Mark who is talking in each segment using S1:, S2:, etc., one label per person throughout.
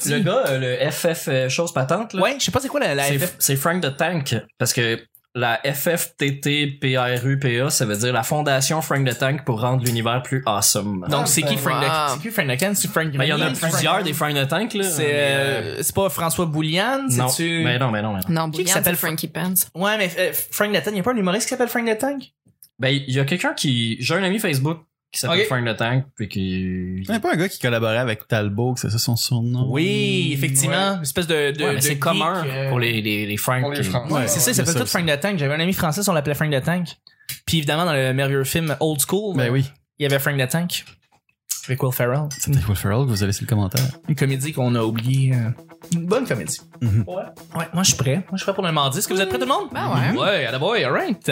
S1: aussi.
S2: Le gars, euh, le FF euh, chose patente, là,
S1: Ouais, je sais pas c'est quoi la, la
S2: c'est-
S1: FF.
S2: c'est Frank the Tank. Parce que la FFTTPRUPA, ça veut dire la Fondation Frank the Tank pour rendre l'univers plus awesome.
S1: Donc c'est qui
S3: ben,
S1: Frank
S3: wow.
S1: Duck? C'est qui Frank Duck? C'est Frank
S2: Ben, il y en a
S1: Grenier?
S2: plusieurs des Frank the Tank, là.
S1: C'est
S2: mais,
S1: euh, c'est pas François Boulian,
S2: non.
S1: c'est-tu
S2: Mais non, mais non, mais non.
S3: Non,
S1: Qui qui
S3: Bouillon,
S1: s'appelle
S3: c'est Frankie Pants.
S1: Ouais, mais euh, Frank Nathan, y a pas un humoriste qui s'appelle Frank Nathan?
S2: Ben, il y a quelqu'un qui. J'ai un ami Facebook qui s'appelle
S1: Ok.
S2: Frank the Tank, puis qui.
S4: Il y a pas un gars qui collaborait avec Talbot, que c'est ça son surnom.
S1: Oui, effectivement, une espèce de, de,
S2: Ouais, mais
S1: de
S2: c'est
S1: geek,
S2: commun
S1: euh,
S2: pour les, les, les Frank.
S5: Pour les
S2: qui-
S5: Francs.
S4: Ouais,
S1: C'est ça, il s'appelle
S4: c'est
S1: tout
S4: ça.
S1: Frank the Tank. J'avais un ami français, on l'appelait Frank the Tank. Puis évidemment, dans le merveilleux film Old School,
S4: Ben oui,
S1: il y avait Frank the Tank avec Will Ferrell.
S4: c'était Will Ferrell que vous avez laissé le commentaire.
S1: Une comédie qu'on a oubliée. euh, Une bonne comédie.
S4: Mhm.
S1: Ouais. Ouais, moi je suis prêt. Moi je suis prêt pour le mardi. Est-ce que vous êtes prêts tout le monde?
S3: Ben ouais.
S1: Ouais, à la boy, alright.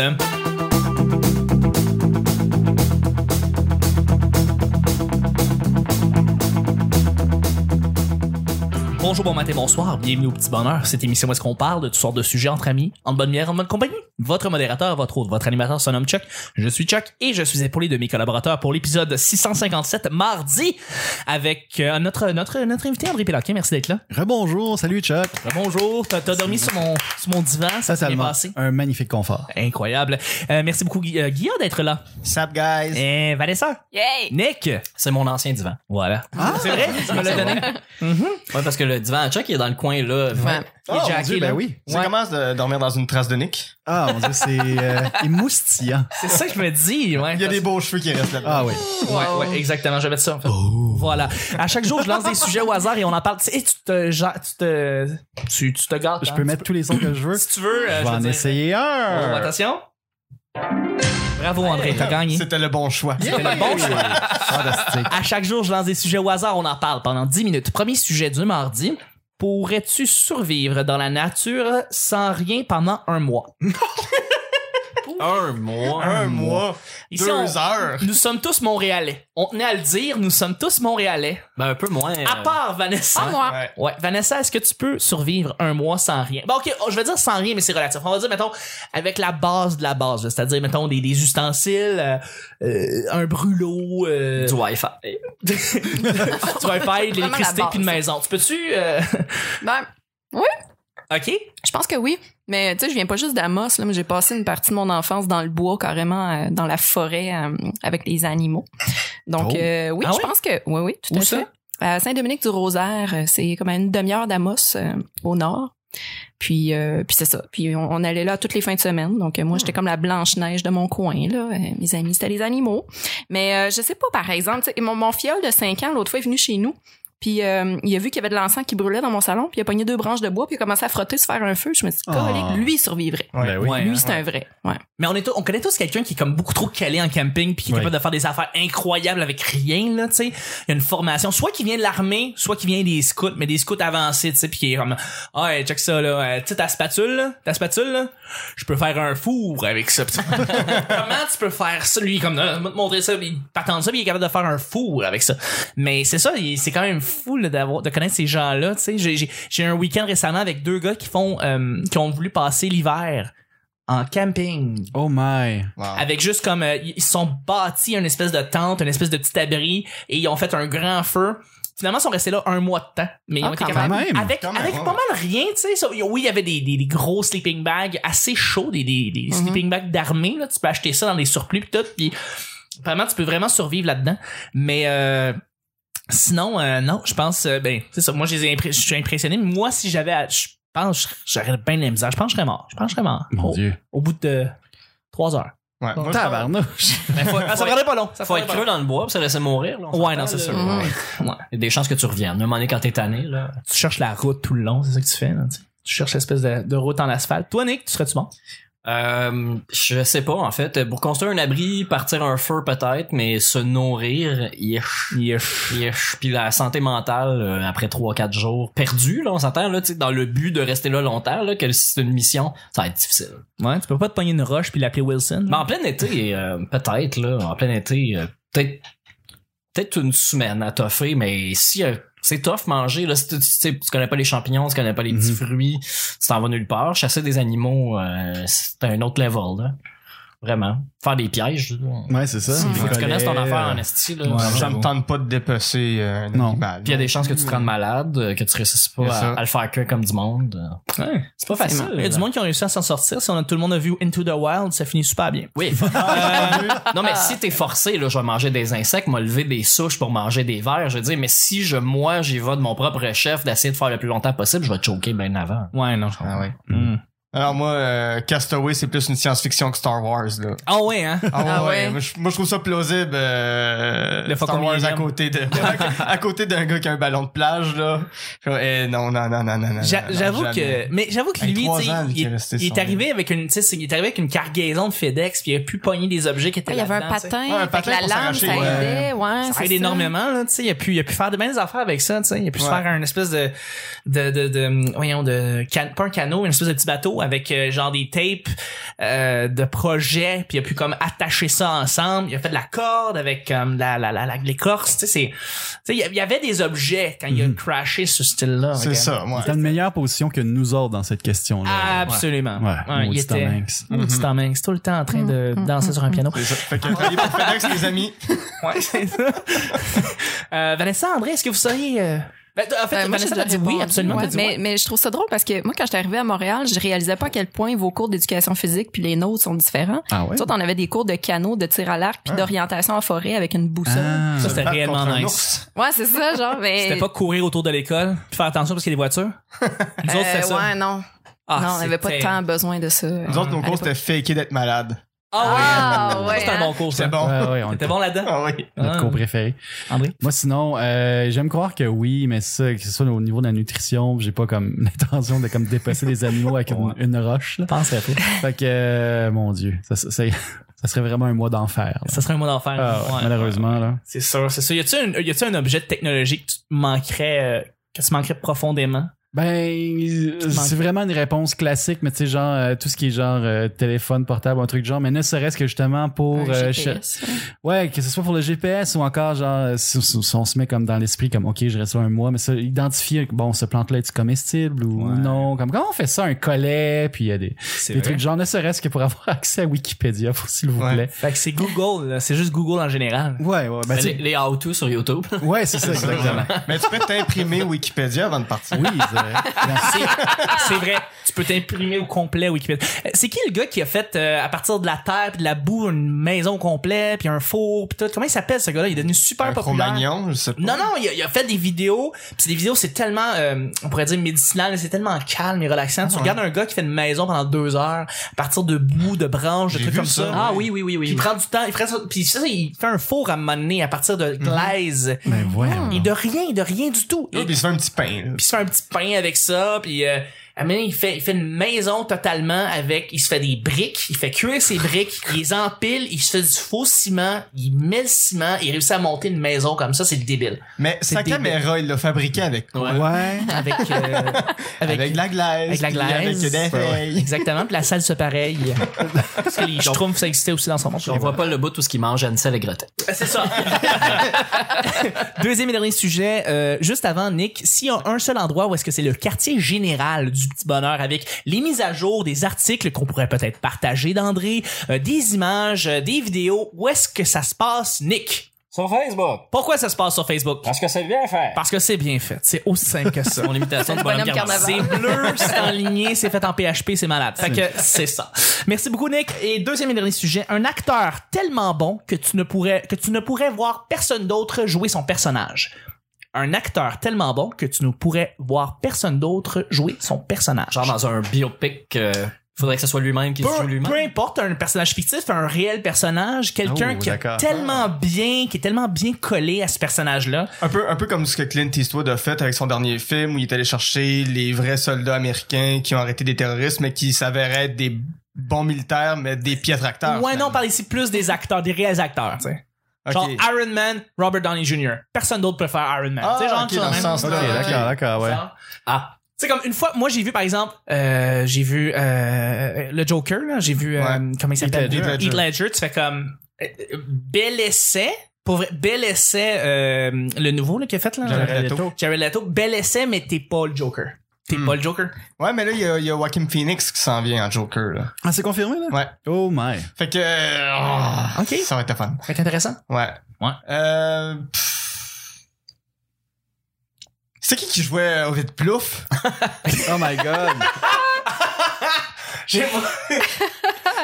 S1: Bonjour, bon matin, bonsoir, bienvenue au Petit Bonheur. Cette émission où est-ce qu'on parle de toutes sortes de sujets entre amis, en bonne bière, en bonne compagnie. Votre modérateur, votre hôte, votre animateur se nomme Chuck. Je suis Chuck et je suis épaulé de mes collaborateurs pour l'épisode 657 mardi avec euh, notre, notre, notre invité André Péloquin. Merci d'être là.
S4: Rebonjour, salut Chuck.
S1: Euh, Bonjour, t'as t'as dormi sur mon, sur mon divan, ça s'est bien
S4: Totalement.
S1: passé.
S4: Un magnifique confort.
S1: Incroyable. Euh, merci beaucoup, Gui- euh, Guilla, d'être là.
S4: Sap guys.
S1: Et Vanessa.
S3: Yay!
S1: Nick.
S2: C'est mon ancien divan.
S1: Voilà.
S4: Ah!
S1: c'est vrai? Tu me l'as donné? Mm-hmm.
S2: Ouais, parce que le divan à Chuck, il est dans le coin, là.
S3: Ouais.
S1: Et Jackie, là.
S4: ben oui.
S5: Ça commence de dormir dans une trace de Nick.
S4: Ah, mon dieu, c'est euh, émoustillant.
S1: C'est ça que je me dis. Ouais.
S5: Il y a des beaux cheveux qui restent là-dedans.
S4: Ah oui.
S1: Ouais, ouais, exactement. Je vais mettre ça, en fait. Voilà. À chaque jour, je lance des sujets au hasard et on en parle. Tu sais, tu te, ja- tu te, tu, tu te gâtes.
S4: Je
S1: hein.
S4: peux mettre tous les sons que je veux.
S1: Si tu veux, euh,
S4: Je vais
S1: je veux
S4: en
S1: dire-
S4: essayer
S1: Oh,
S4: un.
S1: attention. Bravo, André. T'as gagné.
S5: C'était le bon choix.
S1: C'était le bon choix.
S4: Fantastique.
S1: À chaque jour, je lance des sujets au hasard, on en parle pendant 10 minutes. Premier sujet du mardi. Pourrais-tu survivre dans la nature sans rien pendant un mois?
S2: Un mois.
S5: Un mois,
S1: Ici,
S5: deux
S1: on-
S5: heures.
S1: Nous sommes tous Montréalais. On tenait à le dire, nous sommes tous Montréalais.
S2: Ben, un peu moins.
S1: À
S2: euh,
S1: part Vanessa.
S3: Ah, moi.
S5: Ouais.
S1: Ouais, Vanessa, est-ce que tu peux survivre un mois sans rien? Bon, ok, oh, je vais dire sans rien, mais c'est relatif. On va dire, mettons, avec la base de la base, là, c'est-à-dire, mettons, des, des ustensiles, euh, euh, un brûlot, euh,
S2: Du Wi-Fi.
S1: tu vas faire de
S3: Vraiment la
S1: l'électricité
S3: base.
S1: puis une maison. Tu peux-tu... euh,
S3: Ben,
S1: ok?
S3: je pense que oui. Mais tu sais, je viens pas juste d'Amos, là, mais j'ai passé une partie de mon enfance dans le bois, carrément euh, dans la forêt euh, avec les animaux. Donc
S4: Oh.
S3: euh, oui,
S1: Ah
S3: je
S1: oui?
S3: pense que oui, oui, tout
S1: Où
S3: à
S1: ça?
S3: fait. À Saint-Dominique-du-Rosaire, euh, c'est comme à une demi-heure d'Amos euh, au nord. Puis, euh, puis c'est ça. Puis on, on allait là toutes les fins de semaine. Donc euh, moi,
S1: Ah.
S3: j'étais comme la blanche neige de mon coin là. Euh, mes amis, c'était les animaux. Mais euh, je sais pas, par exemple, tu sais, mon, mon fiole de 5 ans l'autre fois est venu chez nous. Puis euh, il a vu qu'il y avait de l'encens qui brûlait dans mon salon, puis il a pogné deux branches de bois, puis il a commencé à frotter, se faire un feu. Je me suis dit,
S4: Ah.
S3: Colique, lui, il survivrait.
S4: Ben oui.
S1: Ouais,
S3: lui, c'est un vrai. Ouais.
S1: Mais on, est tous- on connaît tous quelqu'un qui est comme beaucoup trop calé en camping puis qui est
S4: Ouais.
S1: capable de faire des affaires incroyables avec rien là, tu sais. Il y a une formation, soit qui vient de l'armée, soit qui vient des scouts, mais des scouts avancés, tu sais, puis qui est comme ah ouais, check ça là, euh, tu sais ta spatule, là, ta spatule là, je peux faire un four avec ça. Comment tu peux faire ça lui il est comme euh, va te montrer ça, puis il t'attend ça, puis il est capable de faire un four avec ça. Mais c'est ça, il- c'est quand même fou là, d'avoir de connaître ces gens là, tu sais. J'ai- J'ai j'ai un week-end récemment avec deux gars qui font euh, qui ont voulu passer l'hiver en camping
S4: Oh my.
S5: Wow.
S1: avec juste comme euh, ils se sont bâtis une espèce de tente, une espèce de petit abri et ils ont fait un grand feu. Finalement, ils sont restés là un mois de temps, mais ils
S3: Ah,
S1: ont été
S3: quand
S1: capables-
S4: même.
S1: avec
S5: Quand même,
S1: avec
S5: ouais.
S1: pas mal rien, tu sais. ça- Oui, il y avait des, des, des gros sleeping bags assez chauds, des, des, des sleeping bags d'armée là. Tu peux acheter ça dans les surplus pis tout, puis vraiment tu peux vraiment survivre là-dedans. Mais euh, Sinon, euh, non, je pense, euh, ben, c'est ça. Moi, je les ai impré- je suis impressionné. mais Moi, si j'avais, à- je pense, j'aurais bien de la misère. Je pense que je serais mort. Je pense que je serais mort.
S4: Mon
S1: au,
S4: dieu.
S1: au bout de trois heures.
S5: Ouais. Moi, je-
S4: Tabarnouche.
S1: Ah, ça prendrait pas long.
S2: Ça
S1: Ça
S2: faut être
S1: prendrait
S2: creux dans le bois pour se laisser mourir. Là, on
S1: Ouais,
S2: s'entend,
S1: non, c'est
S2: là.
S1: sûr.
S3: Mhm.
S2: Il y a des chances que tu reviennes. Même année quand t'es tanné, là.
S1: pas long. Tu cherches la route tout le long, c'est ça que tu fais. là, tu sais. tu cherches l'espèce de, de route en asphalte. Toi, Nick, tu serais-tu bon?
S2: Euh, je sais pas, en fait. Pour construire un abri, partir un feu peut-être, mais se nourrir, yesh. Yesh. Puis la santé mentale, euh, après 3-4 jours, perdu, là, on s'entend, là, tu sais, dans le but de rester là longtemps, là, que si c'est une mission, ça va être difficile.
S1: Ouais, tu peux pas te pogner une roche puis l'appeler Wilson.
S2: Mais en plein été, euh, peut-être, là, en plein été, euh, peut-être peut-être une semaine à toffer, mais si euh, c'est tough manger, là, si tu, tu sais, tu connais pas les champignons, tu connais pas les petits
S4: Mhm.
S2: fruits, tu t'en vas nulle part, chasser des animaux, euh, c'est un autre level, là. Vraiment. Faire des pièges. là.
S4: Ouais, c'est ça.
S3: Faut
S4: Des
S2: Faut que tu
S4: collets,
S2: connaisses ton affaire en
S4: euh,
S2: esti, là.
S4: Ouais.
S5: Ça me tente pas de dépecer euh, un
S4: Non.
S5: animal.
S2: Puis il y a des chances que tu te rendes malade, euh, que tu réussisses pas
S5: C'est
S2: à,
S5: ça.
S2: à le faire que comme du monde.
S1: Ouais.
S2: C'est pas facile.
S1: Il y a du
S2: là.
S1: monde qui ont réussi à s'en sortir. Si on a, tout le monde a vu Into the Wild, ça finit super bien.
S2: Oui. Euh, non, mais si t'es forcé, là, je vais manger des insectes, m'a levé des souches pour manger des vers, je veux dire, mais si je, moi, j'y vais de mon propre chef d'essayer de faire le plus longtemps possible, je vais te choquer bien avant.
S1: Ouais, non, je comprends.
S5: Ah ouais.
S1: Mm.
S5: Alors moi, euh, Castaway, c'est plus une science-fiction que Star Wars, là.
S1: Ah ouais, hein?
S5: Ah ouais,
S3: Ah ouais.
S5: ouais. Moi, je, moi, je trouve ça plausible. euh,
S1: Le
S5: Star
S1: Falcon
S5: Wars à
S1: Millennium.
S5: côté de à côté d'un gars qui a un ballon de plage là. Je fais, Eh non non non non non non.
S1: J'a-
S5: non,
S1: J'avoue
S5: jamais.
S1: que, mais j'avoue que
S5: Hey,
S1: lui,
S5: Ben, trois
S1: tu sais,
S5: ans, lui,
S1: il,
S5: qui est resté
S1: il est
S5: sans
S1: arrivé avec une, tu sais, c'est- il est arrivé avec une cargaison de FedEx, puis il a pu pogner des objets qui étaient
S3: Ah, il y avait un
S1: là-dedans, tu sais.
S3: patin,
S5: Ouais, un
S3: fait que
S5: patin
S3: la
S5: pour
S3: lame, ça
S5: s'arracher, ouais.
S3: aidait, ouais.
S1: Ça
S3: Ah, c'est
S1: aide énormément, là, tu sais. Il a pu, il a pu faire de belles affaires avec ça, tu sais. Il a pu se
S5: Ouais.
S1: faire un espèce de, de, de, de- voyons, de, can- pas un canot, mais une espèce de petit bateau avec, euh, genre, des tapes, euh, de projets, puis il a pu, comme, attacher ça ensemble. Il a fait de la corde avec, comme, la, la, la, la- l'écorce, tu sais. c'est- Tu sais, il y a- il y avait des objets quand il a crashé ce style-là.
S5: C'est
S1: avec-
S5: ça, moi.
S4: T'es une meilleure position que nous autres dans cette question-là.
S1: Absolument.
S4: Ouais,
S1: il
S4: maudit
S1: était.
S4: Tom Hanks.
S1: Maudit Tom Hanks, tout le temps en train de danser sur un piano.
S5: C'est ça. Fait que travaillez pour FedEx, les amis.
S1: Ouais, c'est ça. Euh, Vanessa, André, est-ce que vous seriez. euh, ben, t- en fait,
S3: Euh, moi, j'ai
S1: Vanessa
S3: déjà
S1: t'a dit
S3: répondu,
S1: oui, absolument.
S3: ouais.
S1: t'as dit
S3: mais,
S1: ouais.
S3: mais je trouve ça drôle parce que moi, quand j'étais arrivée à Montréal, je réalisais pas à quel point vos cours d'éducation physique puis les nôtres sont différents.
S4: Ah ouais?
S3: Nous autres, on avait des cours de canot, de tir à l'arc
S1: Ah.
S3: puis d'orientation en forêt avec une boussole.
S4: Ah.
S1: Ça, c'était
S5: Battre
S1: réellement
S5: contre un
S1: nice.
S5: ours.
S3: Ouais, c'est ça, genre, mais.
S1: C'était pas courir autour de l'école, puis faire attention parce qu'il y a des voitures. Nous autres,
S3: Euh,
S1: c'était ça.
S3: Ouais, non.
S1: Ah,
S3: non, on n'avait pas
S1: c'était-
S3: tant besoin de ça.
S5: Nous autres, nos
S3: À
S5: cours, c'était faker d'être malade.
S1: Ah
S3: Ah,
S1: ouais!
S3: ouais,
S1: C'était un
S3: hein.
S1: bon cours, ça.
S5: C'est bon.
S4: Ouais, ouais, on
S1: T'étais
S4: était
S1: bon là-dedans?
S5: Ah oui.
S1: Ah.
S4: notre cours préféré.
S1: André?
S4: Moi, sinon, euh, j'aime croire que oui, mais ça, que ce soit au niveau de la nutrition, j'ai pas comme l'intention de comme dépasser des animaux avec une, une roche. là.
S1: Pense à toi.
S4: Fait que, euh, mon Dieu, ça, ça- ça- ça serait vraiment un mois d'enfer. là.
S1: Ça serait un mot d'enfer.
S4: Ah ouais,
S1: Ouais.
S4: malheureusement, là.
S1: C'est sûr, c'est sûr. Y a-tu un, y a-tu un objet de technologie que tu manquerais, euh, que tu manquerais profondément?
S4: Ben, euh,
S1: manques.
S4: c'est vraiment une réponse classique, mais tu sais, genre, euh, tout ce qui est genre euh, téléphone portable, un truc du genre, mais ne serait-ce que justement pour.
S3: Un
S4: euh,
S3: GPS, ouais.
S4: ch- ouais, que ce soit pour le GPS ou encore, genre, euh, si, si- si on se met comme dans l'esprit, comme, OK, je reste là un mois, mais ça, identifier, bon, ce plante-là, est-tu comestible ou
S1: Ouais.
S4: non? Comme, comment on fait ça, un collet, puis il y a des,
S1: C'est
S4: des trucs du genre, ne serait-ce que pour avoir accès à Wikipédia, faut- s'il vous
S5: Ouais.
S4: plaît.
S1: Fait que c'est Google, là. c'est juste Google en général.
S4: Ouais, ouais, ben,
S2: Mais
S4: tu-
S2: les, les how-to sur YouTube.
S4: ouais, c'est ça, exactement.
S5: Mais tu peux t'imprimer Wikipédia avant de partir.
S4: Oui, c'est-
S1: C'est- C'est vrai, tu peux t'imprimer au complet Wikipédia. Euh, C'est qui le gars qui a fait euh, à partir de la terre puis de la boue une maison au complet puis un four puis tout Comment il s'appelle ce gars-là Il est devenu super
S5: Un
S1: populaire.
S5: Cro-Magnon, je sais pas.
S1: Non non, il a, il a fait des vidéos. Puis des vidéos, c'est tellement, euh, on pourrait dire médicinal, mais c'est tellement calme et relaxant. tu
S5: Ah ouais.
S1: regardes un gars qui fait une maison pendant deux heures à partir de boue, de branches, de
S5: J'ai
S1: trucs
S5: vu
S1: comme
S5: ça,
S1: ça.
S5: Ah
S2: oui, oui, oui,
S1: Puis il prend du temps, il fait ça, puis ça, il fait un four à mener à partir
S5: Mhm.
S1: de glaise.
S4: Ben, voyons.
S1: Et de rien, de rien du tout.
S5: Oui,
S1: Et-
S5: puis il se fait un petit pain. là.
S1: puis il se fait un petit pain avec ça puis euh, à un moment donné, il fait il fait une maison totalement avec il se fait des briques il fait cuire ses briques il les empile il se fait du faux ciment il met le ciment il réussit à monter une maison comme ça c'est débile
S5: Mais
S1: C'est
S5: sa
S1: débile.
S5: caméra, il l'a fabriquée avec quoi?
S4: Ouais.
S1: avec euh,
S5: Avec, de la glace.
S1: avec la
S5: puis
S1: glaise.
S5: Avec des feuilles.
S1: exactement puis la salle se pareil parce que les schtroumpfs ça existait aussi dans son monde
S2: On voit pas le bout de tout ce qu'ils mangent, Ansel et Gretel.
S1: Ah, c'est ça deuxième et dernier sujet euh, juste avant Nick s'il y a un seul endroit où est-ce que c'est le quartier général du petit bonheur avec les mises à jour des articles qu'on pourrait peut-être partager d'André euh, des images euh, des vidéos où est-ce que ça se passe Nick
S2: Sur Facebook,
S1: pourquoi ça se passe sur Facebook
S2: parce que c'est bien fait.
S1: parce que c'est bien fait c'est aussi simple que ça
S2: Mon imitation de bonhomme
S3: bonhomme
S2: carnaval.
S1: C'est bleu, c'est enligné, c'est fait en PHP, c'est malade. Fait que c'est ça. Merci beaucoup Nick. Et deuxième et dernier sujet, un acteur tellement bon que tu ne pourrais que tu ne pourrais voir personne d'autre jouer son personnage. Un acteur tellement bon que tu ne pourrais voir personne d'autre jouer son personnage.
S2: Genre dans un biopic, euh, faudrait que ce soit lui-même qui se joue
S1: peu,
S2: lui-même.
S1: peu importe un personnage fictif, un réel personnage, quelqu'un
S4: Oh,
S1: qui est
S4: d'accord.
S1: tellement bien, qui est tellement bien collé à ce personnage-là.
S5: Un peu, un peu comme ce que Clint Eastwood a fait avec son dernier film où il est allé chercher les vrais soldats américains qui ont arrêté des terroristes mais qui s'avéraient être des bons militaires mais des piètres acteurs.
S1: Ouais, non, on
S5: finalement.
S1: parle ici plus des acteurs, des réels acteurs, tu sais. Genre
S5: Ok.
S1: Iron Man, Robert Downey Jr. Personne d'autre peut faire Iron Man.
S5: Ah,
S1: tu sais, genre,
S5: ok,
S1: tu sais,
S5: dans ce
S1: même-
S4: Ok,
S5: sens-là.
S1: Ouais.
S4: d'accord, d'accord, ouais.
S1: Genre,
S2: Ah,
S1: Tu sais, comme une fois, moi j'ai vu par exemple, euh, j'ai vu euh, le Joker, là, j'ai vu, euh,
S5: Ouais.
S1: comment il s'appelle
S5: Ledger. Heath Ledger.
S1: Heath Ledger, tu fais comme, euh, euh, bel essai, pour vrai, bel essai, euh, le nouveau là, qu'il a fait là.
S5: Jared Leto.
S1: Jared Leto, bel essai, mais t'es pas le Joker. T'es
S5: Hmm.
S1: pas le Joker.
S5: Ouais, mais là, il y a, il y a Joaquin Phoenix qui s'en vient en Joker, là.
S4: Ah, c'est confirmé, là?
S5: Ouais.
S4: Oh my.
S5: Fait que. euh,
S1: Ok.
S5: Ça va être le fun.
S1: C'est intéressant.
S5: Ouais.
S1: Ouais.
S5: Euh. pff. C'est qui qui jouait au vide plouf?
S4: Oh my god.
S5: J'ai pas-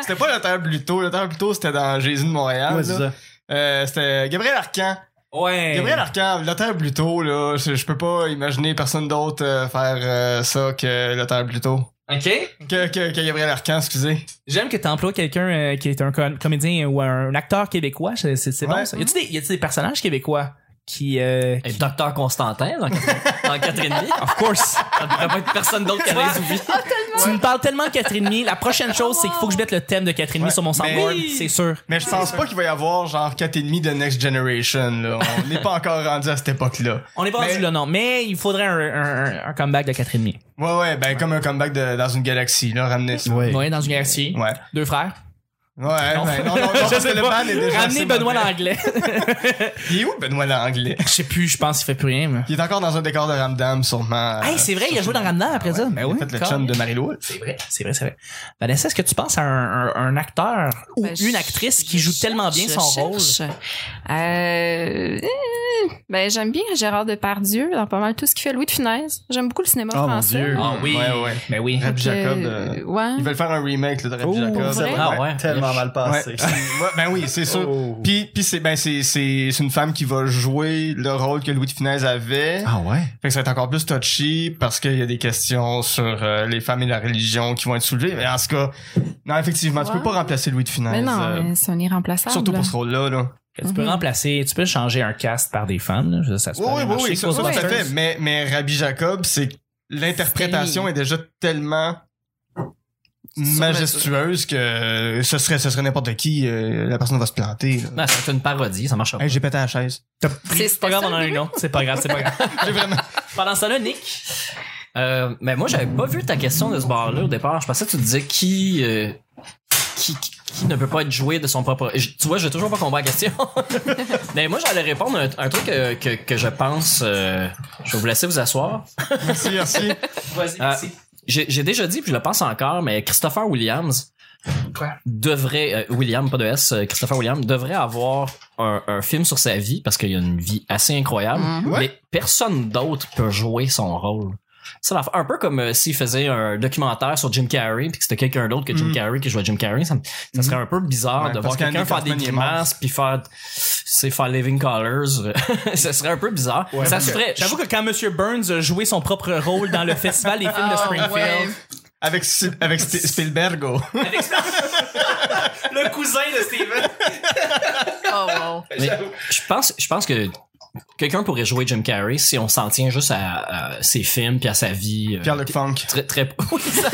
S5: c'était pas le temps plus tôt. Le temps plus tôt, c'était dans Jésus de Montréal.
S4: Ouais,
S5: là.
S4: c'est ça.
S5: Euh, c'était Gabriel Arcan.
S1: Ouais.
S5: Gabriel Arcan, le temps plus tôt, là. Je, je peux pas imaginer personne d'autre euh, faire euh, ça que le temps plus tôt.
S1: OK.
S5: Que, que, que Gabriel Arcan, excusez.
S1: J'aime que t'emploies quelqu'un euh, qui est un com- comédien ou un acteur québécois. C'est c'est- c'est bon,
S5: Ouais.
S1: ça. Y a-tu des, y a-tu des personnages québécois qui... euh,
S2: Et Docteur Constantin, dans 4,5.
S1: Of course.
S2: Ça devrait pas être personne d'autre qui a les oubliés.
S3: Ah,
S1: Tu me parles tellement de Catherine Mee. La prochaine chose, c'est qu'il faut que je mette le thème de Catherine Mee
S5: Ouais,
S1: sur mon
S5: mais-
S1: soundboard.
S5: Oui.
S1: C'est sûr.
S5: Mais je pense pas qu'il va y avoir genre 4,5 de Next Generation, là. On n'est pas encore rendu à cette époque-là.
S1: On est pas
S5: Mais-
S1: rendu là, non. Mais il faudrait un, un- un- un comeback de Catherine Mee.
S5: Ouais, ouais, ben comme un comeback de, dans une galaxie, là, ramener ça.
S4: Ouais.
S1: Ouais, dans une galaxie.
S5: Ouais.
S1: Deux frères.
S5: Ouais,
S1: Non.
S5: ben, non, non, non, parce
S1: je
S5: que
S1: sais
S5: le
S1: pas.
S5: ban est déjà
S1: Ramener
S5: assez
S1: Benoît
S5: mauvais.
S1: l'anglais.
S5: Il est où Benoît l'anglais?
S1: Je sais plus, je pense qu'il fait plus rien. mais-
S5: Il est encore dans un décor de Ramdam, sûrement.
S1: Hey, c'est vrai, il a joué dans Ramdan après ça. Ben
S5: Il a
S1: oui,
S5: fait le
S1: quand-
S5: chum de Marie-Louise.
S1: C'est vrai, c'est vrai, c'est vrai. Vanessa, est-ce que tu penses à un, un- un acteur ou
S3: Ben,
S1: une
S3: je-
S1: actrice qui
S3: je
S1: joue
S3: cherche,
S1: tellement bien
S3: je
S1: son rôle?
S3: cherche. Euh, euh, ben, j'aime bien Gérard Depardieu dans pas mal tout ce qu'il fait Louis de Funès. J'aime beaucoup le cinéma
S4: Oh, mon
S3: français.
S4: Dieu.
S1: Ah oui.
S5: Ouais, ouais.
S1: Ben oui.
S5: Rap
S3: Donc,
S5: Jacob.
S3: euh,
S5: euh,
S3: ouais.
S5: Ils veulent faire un remake là, de Rap
S4: Oh,
S5: Jacob.
S3: c'est vrai?
S2: Ah ouais.
S4: Tellement mal
S5: Ouais.
S4: passé.
S5: Ouais, ben oui, c'est sûr.
S4: Oh.
S5: Puis, puis c'est ben c'est c'est c'est une femme qui va jouer le rôle que Louis de Funès avait.
S4: Ah ouais?
S5: Fait que ça va être encore plus touchy parce qu'il y a des questions sur euh, les femmes et la religion qui vont être soulevées. Mais en tout cas, non effectivement, tu
S3: Ouais.
S5: peux pas remplacer Louis de Funès.
S3: Mais non,
S5: euh,
S3: mais c'est un irremplaçable.
S5: surtout pour ce rôle-là. Là.
S1: Tu peux
S3: Mhm.
S1: remplacer, tu peux changer un cast par des femmes. là. Ça, ça se
S5: Oui,
S1: peut
S5: oui,
S1: bien
S5: oui,
S1: marcher.
S5: oui, ça, ça, tout à fait. Mais mais Rabbi Jacob, c'est l'interprétation est déjà tellement majestueuse que euh, ce serait ce serait n'importe qui euh, la personne va se planter. là.
S2: Non, c'est une parodie, ça marche pas.
S5: Hey, j'ai pété la chaise.
S3: C'est-
S1: C'est pas grave, on en a une autre. C'est pas grave, c'est pas grave.
S5: J'ai vraiment
S1: Pendant ça, là, Nick.
S2: Euh, mais moi, j'avais pas vu ta question de ce bar-là au départ. Je pensais que tu disais qui, euh, qui, qui- qui ne peut pas être joué de son propre. J- tu vois, j'ai toujours pas compris la question. mais moi, j'allais répondre un, un truc euh, que, que je pense. euh, je vais vous laisser vous asseoir.
S5: merci, merci.
S1: Vas-y,
S2: merci. J'ai j'ai déjà dit, puis je le pense encore, mais Christopher Williams
S1: Quoi?
S2: devrait, euh, William, pas de S, euh, Christopher Williams devrait avoir un, un film sur sa vie parce qu'il a une vie assez incroyable.
S3: Mhm.
S5: Ouais.
S2: Mais personne d'autre peut jouer son rôle. Ça, la- un peu comme euh, s'il faisait un documentaire sur Jim Carrey, puis que c'était quelqu'un d'autre que Jim
S5: Mhm.
S2: Carrey qui jouait Jim Carrey, ça, me- ça serait un peu bizarre
S5: Ouais,
S2: de
S5: parce
S2: voir quelqu'un
S5: qu'Andy
S2: faire des
S5: Kaufman, il est mort.
S2: grimaces, puis faire, c'est faire Living Colors. ça serait un peu bizarre.
S5: Ouais,
S2: ça
S5: parce
S2: se ferait.
S1: J'avoue que quand Monsieur Burns a joué son propre rôle dans le festival des films de
S3: Ah,
S1: Springfield,
S5: Avec, Sp- avec Sti- Spielbergo.
S1: le cousin de Steven.
S3: Oh, wow.
S2: Mais je pense, je pense que quelqu'un pourrait jouer Jim Carrey si on s'en tient juste à, à ses films puis à sa vie. euh,
S5: Pierre-Luc Funk.
S2: très, très, Oui, ça,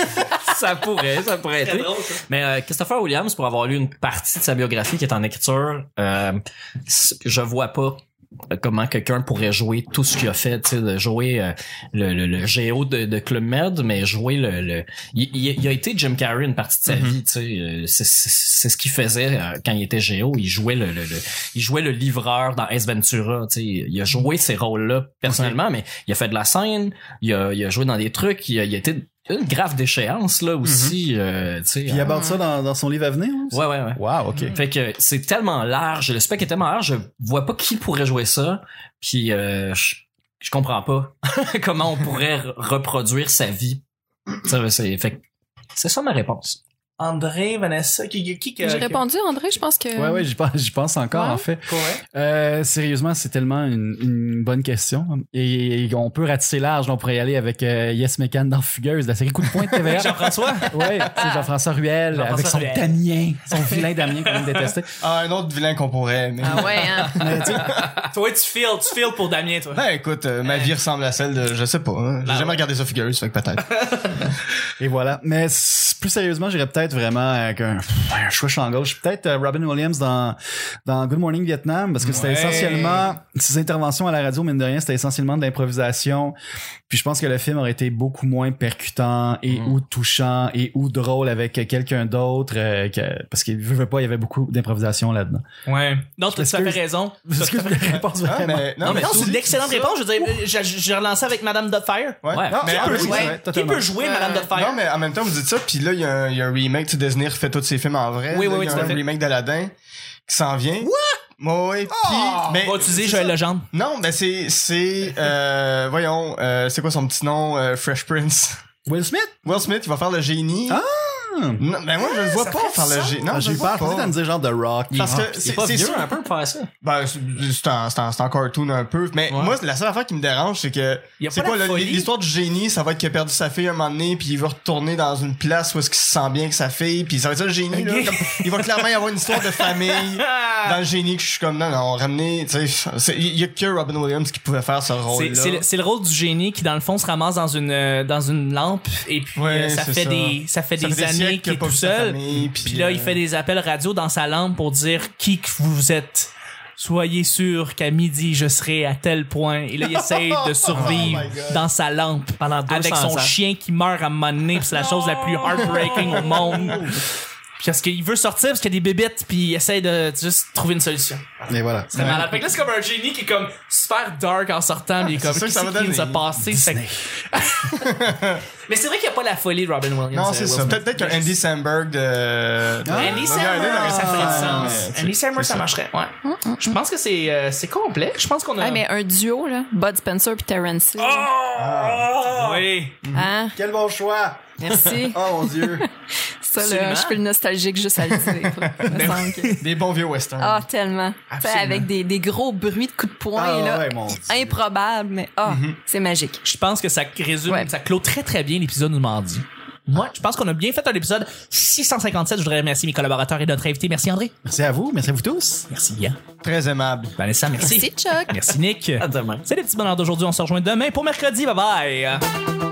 S2: ça pourrait, ça pourrait être. Mais euh, Christopher Williams, pour avoir lu une partie de sa biographie qui est en écriture, euh, c- je vois pas euh, comment quelqu'un pourrait jouer tout ce qu'il a fait, tu sais, de jouer euh, le, le, le géo de, de Club Med, mais jouer le... le- Il, il- il a été Jim Carrey une partie de sa vie, tu sais. euh, c'est- C'est c'est ce qu'il faisait euh, quand il était géo. Il jouait le, le, le- il jouait le livreur dans Ace Ventura, tu sais. Il a joué ces rôles-là personnellement, mais il a fait de la scène, il a, il a joué dans des trucs, il a, il a été une grave déchéance, là, aussi, euh, tu sais.
S4: Puis il aborde ça dans, dans son livre à venir? hein?
S2: Ouais, ouais, ouais.
S4: Wow, ok.
S2: Fait que c'est tellement large, le spec est tellement large, je vois pas qui pourrait jouer ça, puis euh, je, je comprends pas comment on pourrait re- reproduire sa vie. Ça, C'est fait que c'est ça ma réponse.
S1: André, Vanessa, qui qui, qui
S3: J'ai répondu, André, je pense que.
S4: Ouais, ouais, j'y pense, j'y pense encore,
S3: Ouais.
S4: en fait. Euh, sérieusement, c'est tellement une, une bonne question. Et, et on peut ratisser large. On pourrait y aller avec euh, Yes Mécan dans Fugueuse, la série Coup de poing de TVA.
S1: Jean-François.
S4: ouais, c'est Jean-François Ruel
S1: Jean-François
S4: avec son
S1: Ruel.
S4: Damien, son vilain Damien qu'on aime détester.
S5: Ah, un autre vilain qu'on pourrait aimer.
S3: Ah ouais, hein.
S4: Mais, tu sais,
S1: toi, tu files, tu files pour Damien, toi.
S5: Ben écoute, euh, ma vie ressemble à celle de, je sais pas, hein. j'ai
S1: Ben
S5: jamais
S1: ouais.
S5: regardé ça figureuse, fait que peut-être.
S4: et voilà. Mais c'est- plus sérieusement, j'irais peut-être vraiment avec un, ben, un switch en gauche. Peut-être euh, Robin Williams dans, dans Good Morning Vietnam, parce que c'était
S1: Ouais.
S4: essentiellement ses interventions à la radio, mine de rien, c'était essentiellement de l'improvisation. Puis je pense que le film aurait été beaucoup moins percutant et
S2: Mm.
S4: ou touchant et ou drôle avec quelqu'un d'autre, euh, que- parce qu'il veut, veut pas, il y avait beaucoup d'improvisation là-dedans.
S1: Ouais. Non, tu as tout à fait
S4: Excuse-
S1: raison. T'as
S4: Est-ce que
S1: tout à
S4: je
S1: fait-
S4: réponse
S5: Non,
S4: vraiment?
S5: Ah, mais,
S1: Non, mais non,
S5: tout
S1: c'est une
S5: dit-
S1: excellente
S5: tout ça- Ah,
S1: réponse. Je veux dire, j'ai- j'ai relancé avec Madame Dotfire.
S5: Ouais.
S2: Ouais.
S5: Non,
S1: Qui
S5: mais-
S1: peut
S5: oui,
S1: jouer?
S5: c'est vrai,
S1: Qui
S5: totalement.
S1: peut jouer Madame
S5: Non,
S1: Dotfire?
S5: mais en même temps, vous dites ça, puis là, il y, a un- il y a un remake, tu sais, Disney refait tous ses films en vrai.
S1: Oui,
S5: là,
S1: oui, oui,
S5: Il y a
S1: tout à
S5: un
S1: fait.
S5: remake d'Aladin qui s'en vient. What? Ouais,
S1: Ah!
S5: puis- mais-
S1: On va utiliser Joël Legendre.
S5: Non, mais c'est, c'est, euh, voyons, euh, c'est quoi son petit nom, euh, Fresh Prince?
S4: Will Smith?
S5: Will Smith, il va faire le génie.
S4: Ah!
S5: Non, ben moi, je le vois
S1: ça
S5: pas
S1: fait
S5: faire le
S1: ça?
S5: génie. Non,
S4: Ah,
S5: je
S4: j'ai
S5: le
S4: eu
S5: vois
S4: peur. Je pensais que
S5: pas.
S4: t'allais me dire genre The Rock.
S5: Parce
S4: Ah,
S5: que
S2: C'est
S5: c'est,
S2: pas
S5: c'est
S2: vieux
S5: sûr.
S2: un peu pour faire ça.
S5: Ben, c'est, c'est un, c'est un- c'est un cartoon un peu. Mais
S2: Ouais.
S5: moi, la seule affaire qui me dérange, c'est que,
S1: Il y a
S5: c'est
S1: pas
S5: quoi
S1: la
S5: le-
S1: folie.
S5: l'histoire du génie? Ça va être qu'il a perdu sa fille un moment donné, puis il veut retourner dans une place où est-ce qu'il se sent bien que sa fille, puis ça va être ça le génie, là.
S1: Ok.
S5: comme- il va clairement y avoir une histoire de famille.
S1: Ah!
S5: Dans le génie que je suis comme, non, non, ramener, tu sais, c'est- il y a que Robin Williams qui pouvait faire ce
S1: C'est-
S5: rôle-là.
S1: C'est le- c'est le rôle du génie qui dans le fond se ramasse dans une euh, dans une lampe et puis
S5: Ouais,
S1: euh, ça
S5: c'est
S1: fait
S5: ça.
S1: des ça fait
S5: Ça
S1: des
S5: fait des
S1: années
S5: siècles
S1: qu'il
S5: qu'il a
S1: est
S5: pas
S1: tout
S5: vu sa
S1: seul.
S5: famille,
S1: puis,
S5: puis,
S1: là
S5: euh,
S1: il fait des appels radio dans sa lampe pour dire qui que vous êtes. Soyez sûr qu'à midi je serai à tel point. Et là il essaye de survivre
S5: Oh my God.
S1: dans sa lampe
S2: Pendant 200
S1: avec son
S2: ans.
S1: chien qui meurt à un moment donné. puis C'est la chose la plus heartbreaking au monde. Puis Parce qu'il veut sortir parce qu'il y a des bébites puis il essaye de juste trouver une solution.
S4: mais voilà.
S1: C'est malade. Fait que là, c'est comme un génie qui est comme super dark en sortant, mais il est comme,
S5: ça que
S1: qu'est-ce
S5: ça
S1: qui
S5: va
S1: vient de se
S5: donner?
S1: passer? Fait que- mais c'est vrai qu'il n'y a pas la folie de Robin Williams.
S5: Non,
S1: euh,
S5: c'est
S1: Will
S5: ça.
S1: Smith.
S5: Peut-être peut-être qu'un Andy Samberg de.
S4: Ah,
S5: de-
S1: Ah! Andy
S5: de-
S1: Samberg,
S5: regardez,
S1: ça ferait du
S5: Ah,
S1: sens.
S5: mais tu-
S1: Andy Samberg,
S5: c'est
S1: ça marcherait. Ouais. Je pense que c'est euh, c'est complet. Je pense qu'on a.
S3: Ah, mais un duo, là. Bud Spencer puis Terrence Hill.
S1: Ah. Oui.
S3: Hein?
S4: Quel bon choix!
S3: Merci.
S4: Oh mon dieu!
S3: Ça, là,
S1: Absolument.
S3: je suis le nostalgique juste à le dire.
S4: Ben
S3: là. Me semble que-
S5: Des bons vieux westerns.
S3: Ah, tellement. Tu sais,
S1: Absolument.
S3: avec des, des gros bruits de coups de poing,
S4: Ah,
S3: là.
S4: ouais, mon Dieu. Mm-hmm.
S3: improbable, mais ah, c'est magique.
S1: Je pense que ça résume,
S3: Ouais.
S1: ça clôt très très bien l'épisode du mardi. Moi, je pense qu'on a bien fait un épisode 657. Je voudrais remercier mes collaborateurs et notre invité. Merci André.
S4: Merci à vous, merci à vous tous.
S1: Merci Yann.
S5: Très aimable.
S1: Vanessa, merci.
S3: Merci, Chuck.
S1: Merci Nick.
S2: À demain.
S1: C'est les petits bonheurs d'aujourd'hui. On se rejoint demain pour mercredi. Bye bye.